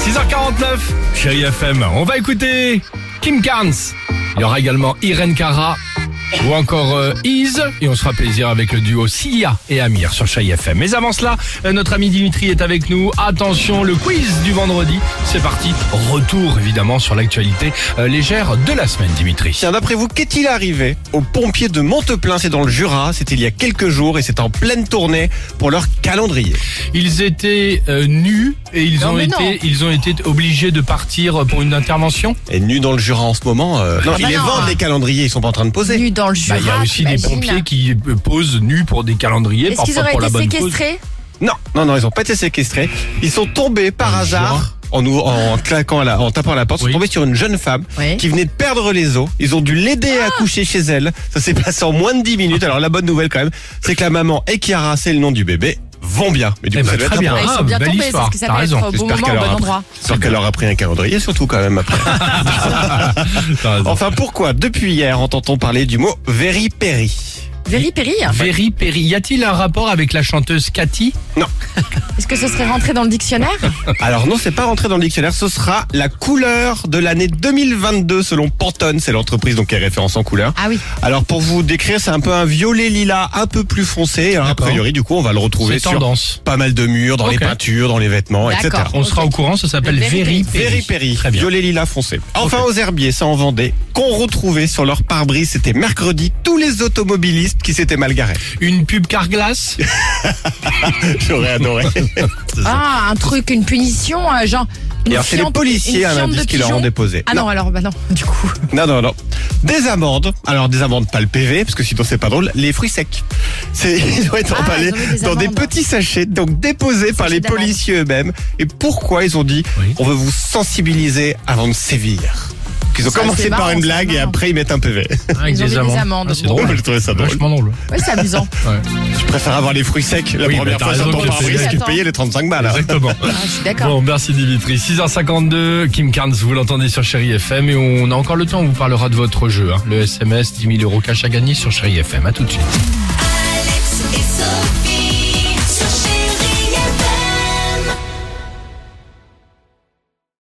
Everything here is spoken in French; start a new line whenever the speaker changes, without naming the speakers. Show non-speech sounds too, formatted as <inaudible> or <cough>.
6h49, chérie FM. On va écouter Kim Carnes. Il y aura également Irene Cara ou encore euh, Ease. Et on se fera plaisir avec le duo Sia et Amir sur chérie FM. Mais avant cela, euh, notre ami Dimitri est avec nous. Attention, le quiz du vendredi. C'est parti. Retour évidemment sur l'actualité euh, légère de la semaine, Dimitri.
Tiens, d'après vous, qu'est-il arrivé aux pompiers de Monteplein C'est dans le Jura, c'était il y a quelques jours et c'est en pleine tournée pour leur calendrier.
Ils étaient euh, nus et ils
Non,
ont
mais
été
non.
ils ont été obligés de partir pour une intervention.
Et nus dans le Jura en ce moment, euh, non,
bah
ils les
non.
vendent les calendriers, ils sont pas en train de poser.
Nu dans le
Bah,
Jura.
Il y a aussi des
t'imagines
pompiers qui euh, posent nus pour des calendriers,
Est-ce qu'ils
parfois
auraient
pour
été
la bonne cause.
séquestrés
Non, non, non, ils ont pas été séquestrés. Ils sont tombés par
Dans le Jura
hasard. En, ouvrant- en claquant, à la, en tapant à la porte, ils
Oui.
sont tombés sur une jeune femme
Oui.
qui venait de perdre les os. Ils ont dû l'aider
Ah.
à coucher chez elle. Ça s'est passé en moins de 10 minutes. Alors la bonne nouvelle quand même, c'est que la maman et Chiara, c'est le nom du bébé, vont bien. Mais du
Eh
coup,
ben,
ça doit
très
être un
bien.
point.
Ouais, Ils
Ah,
sont bien
belle
tombés,
histoire.
c'est ce que ça
T'as
peut
raison.
être au bon
J'espère
moment, au
qu'elle
bon
aura-
endroit.
J'espère qu'elle aura pris un calendrier surtout quand même après.
T'as raison.
Enfin pourquoi depuis hier entend-on parler du mot peri
Véripéri
Very Perry, y a-t-il un rapport avec la chanteuse Cathy
Est-ce que ce serait rentré dans
<laughs>
le dictionnaire
Alors non, c'est pas rentré dans le dictionnaire, ce sera la couleur de l'année 2022 selon Pantone, c'est l'entreprise donc qui est référence en couleur.
Ah oui.
Alors pour vous décrire, c'est un peu un violet lilas un peu plus foncé. hein, A
D'accord.
priori du coup, on va le retrouver
C'est
sur
tendance.
pas mal de murs, dans
Ok.
les peintures, dans les vêtements, etc.
D'accord.
On sera
Ok.
au courant, ça s'appelle
Le
Very
Very
Perry.
Peri,
Très bien.
violet lilas foncé. Enfin aux herbiers, ça en Vendée, qu'on retrouvait sur leur pare-brise, c'était mercredi, tous les automobilistes qui s'étaient mal garés.
Une pub <laughs> Carglass
J'aurais adoré. <laughs>
Ah, un truc, une punition, euh, genre. une
Et alors, c'est les
fiente-
policiers
une
à
fiente
l'indice
de
qui leur
pigeon.
ont déposé.
Ah non, alors, bah non, du coup. <laughs>
Non, non, non. Des amendes. Alors, des amendes, pas le PV, parce que sinon c'est pas drôle. Les fruits secs. C'est, <laughs> ils ont été
Ah,
emballés
ils ont mis des
dans des
amendes.
petits sachets, donc déposés par
Sachets
les
d'amendes.
policiers eux-mêmes. Et pourquoi ils ont dit,
Oui.
on veut vous sensibiliser avant de sévir. Ils ont
Ça,
commencé
c'est
par
marrant,
une
c'est
blague et
marrant.
après ils mettent un PV.
Avec
Ils ont mis des amendes.
Ah, c'est
Bon.
On <laughs>
drôle. Ah,
peut trouver ça drôle.
Vachement drôle.
Ouais, c'est amusant.
Ouais.
Je préfère avoir les fruits secs la
Oui, mais
première
t'as
fois sur
raison
ton
que le
pare-brise
PV.
que de payer les 35 balles. hein.
Exactement.
Ah, je suis d'accord.
Bon, merci Dimitri. 6h52, Kim Carnes, vous l'entendez sur Chéri FM et on a encore le temps, on vous parlera de votre jeu. hein. Le SMS, 10 000 euros cash à gagner sur Chéri FM. À tout de suite.
Alex et Sophie.